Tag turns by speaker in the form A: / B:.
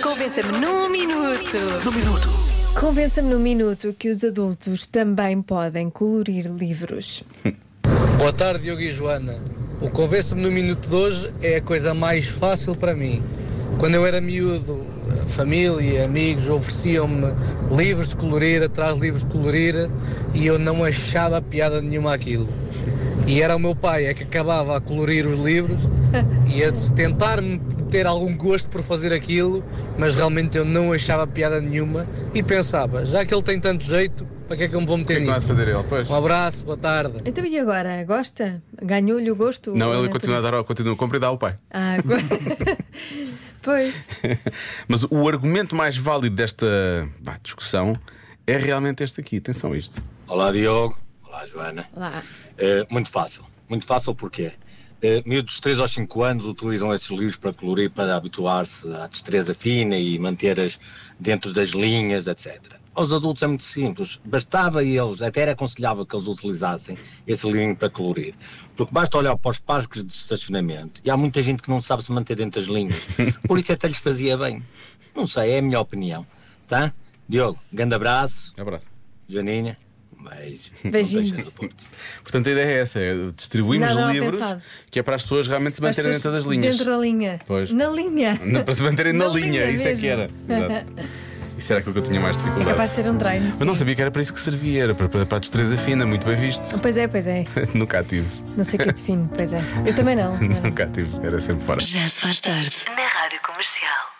A: Convença-me num minuto.
B: Convença-me num minuto que os adultos também podem colorir livros.
C: Boa tarde, Diogo e Joana. O Convença-me no Minuto de hoje é a coisa mais fácil para mim. Quando eu era miúdo, a família, amigos ofereciam-me livros de colorir, atrás de livros de colorir, e eu não achava piada nenhuma aquilo. E era o meu pai é que acabava a colorir os livros e a de- tentar-me ter algum gosto por fazer aquilo, mas realmente eu não achava piada nenhuma e pensava, já que ele tem tanto jeito, para que é que eu me vou
D: O que
C: meter
D: é que vai
C: nisso?
D: fazer ele? Pois.
C: Um abraço, boa tarde.
B: Então e agora? Gosta? Ganhou-lhe o gosto?
D: Não,
B: Ou
D: ele
B: é
D: continua a
B: por isso?
D: dar, ao- continua, compra e dá ao pai.
B: Ah, agora- pois.
D: Mas o argumento mais válido desta vá, discussão é realmente este aqui. Atenção a isto.
E: Olá Diogo, olá Joana.
B: Lá.
E: Eh, muito fácil, muito fácil porque eh, miúdos de 3 aos 5 anos utilizam esses livros para colorir, para habituar-se à destreza fina e manter-as dentro das linhas, etc. Aos adultos é muito simples, bastava eles, até era aconselhável que eles utilizassem esse livrinho para colorir, porque basta olhar para os parques de estacionamento e há muita gente que não sabe se manter dentro das linhas, por isso é até lhes fazia bem. Não sei, é a minha opinião, tá? Diogo, grande abraço,
D: Abraço.
E: Joaninha, um beijo.
B: Beijinhos.
E: Não deixes o Porto.
D: Portanto, a ideia é essa: é distribuímos
B: Nada mal
D: livros
B: pensado.
D: que é para as pessoas realmente se
B: As
D: manterem
B: pessoas
D: dentro das linhas.
B: Dentro da linha.
D: Pois.
B: Na linha.
D: Não, para se manterem na,
B: Na
D: linha,
B: linha
D: isso é que era.
B: mesmo.
D: Exato. Isso era aquilo que eu tinha mais
B: É
D: dificuldade.
B: capaz de ser um treino.
D: Eu não
B: sim.
D: sabia que era para isso que servia, era para, para, para a destreza fina, muito bem visto.
B: Pois é, pois é.
D: Nunca tive,
B: Não sei o que é define, pois é. Eu também não. Também não.
D: nunca tive, era sempre fora.
A: Já se faz tarde. Na Rádio Comercial.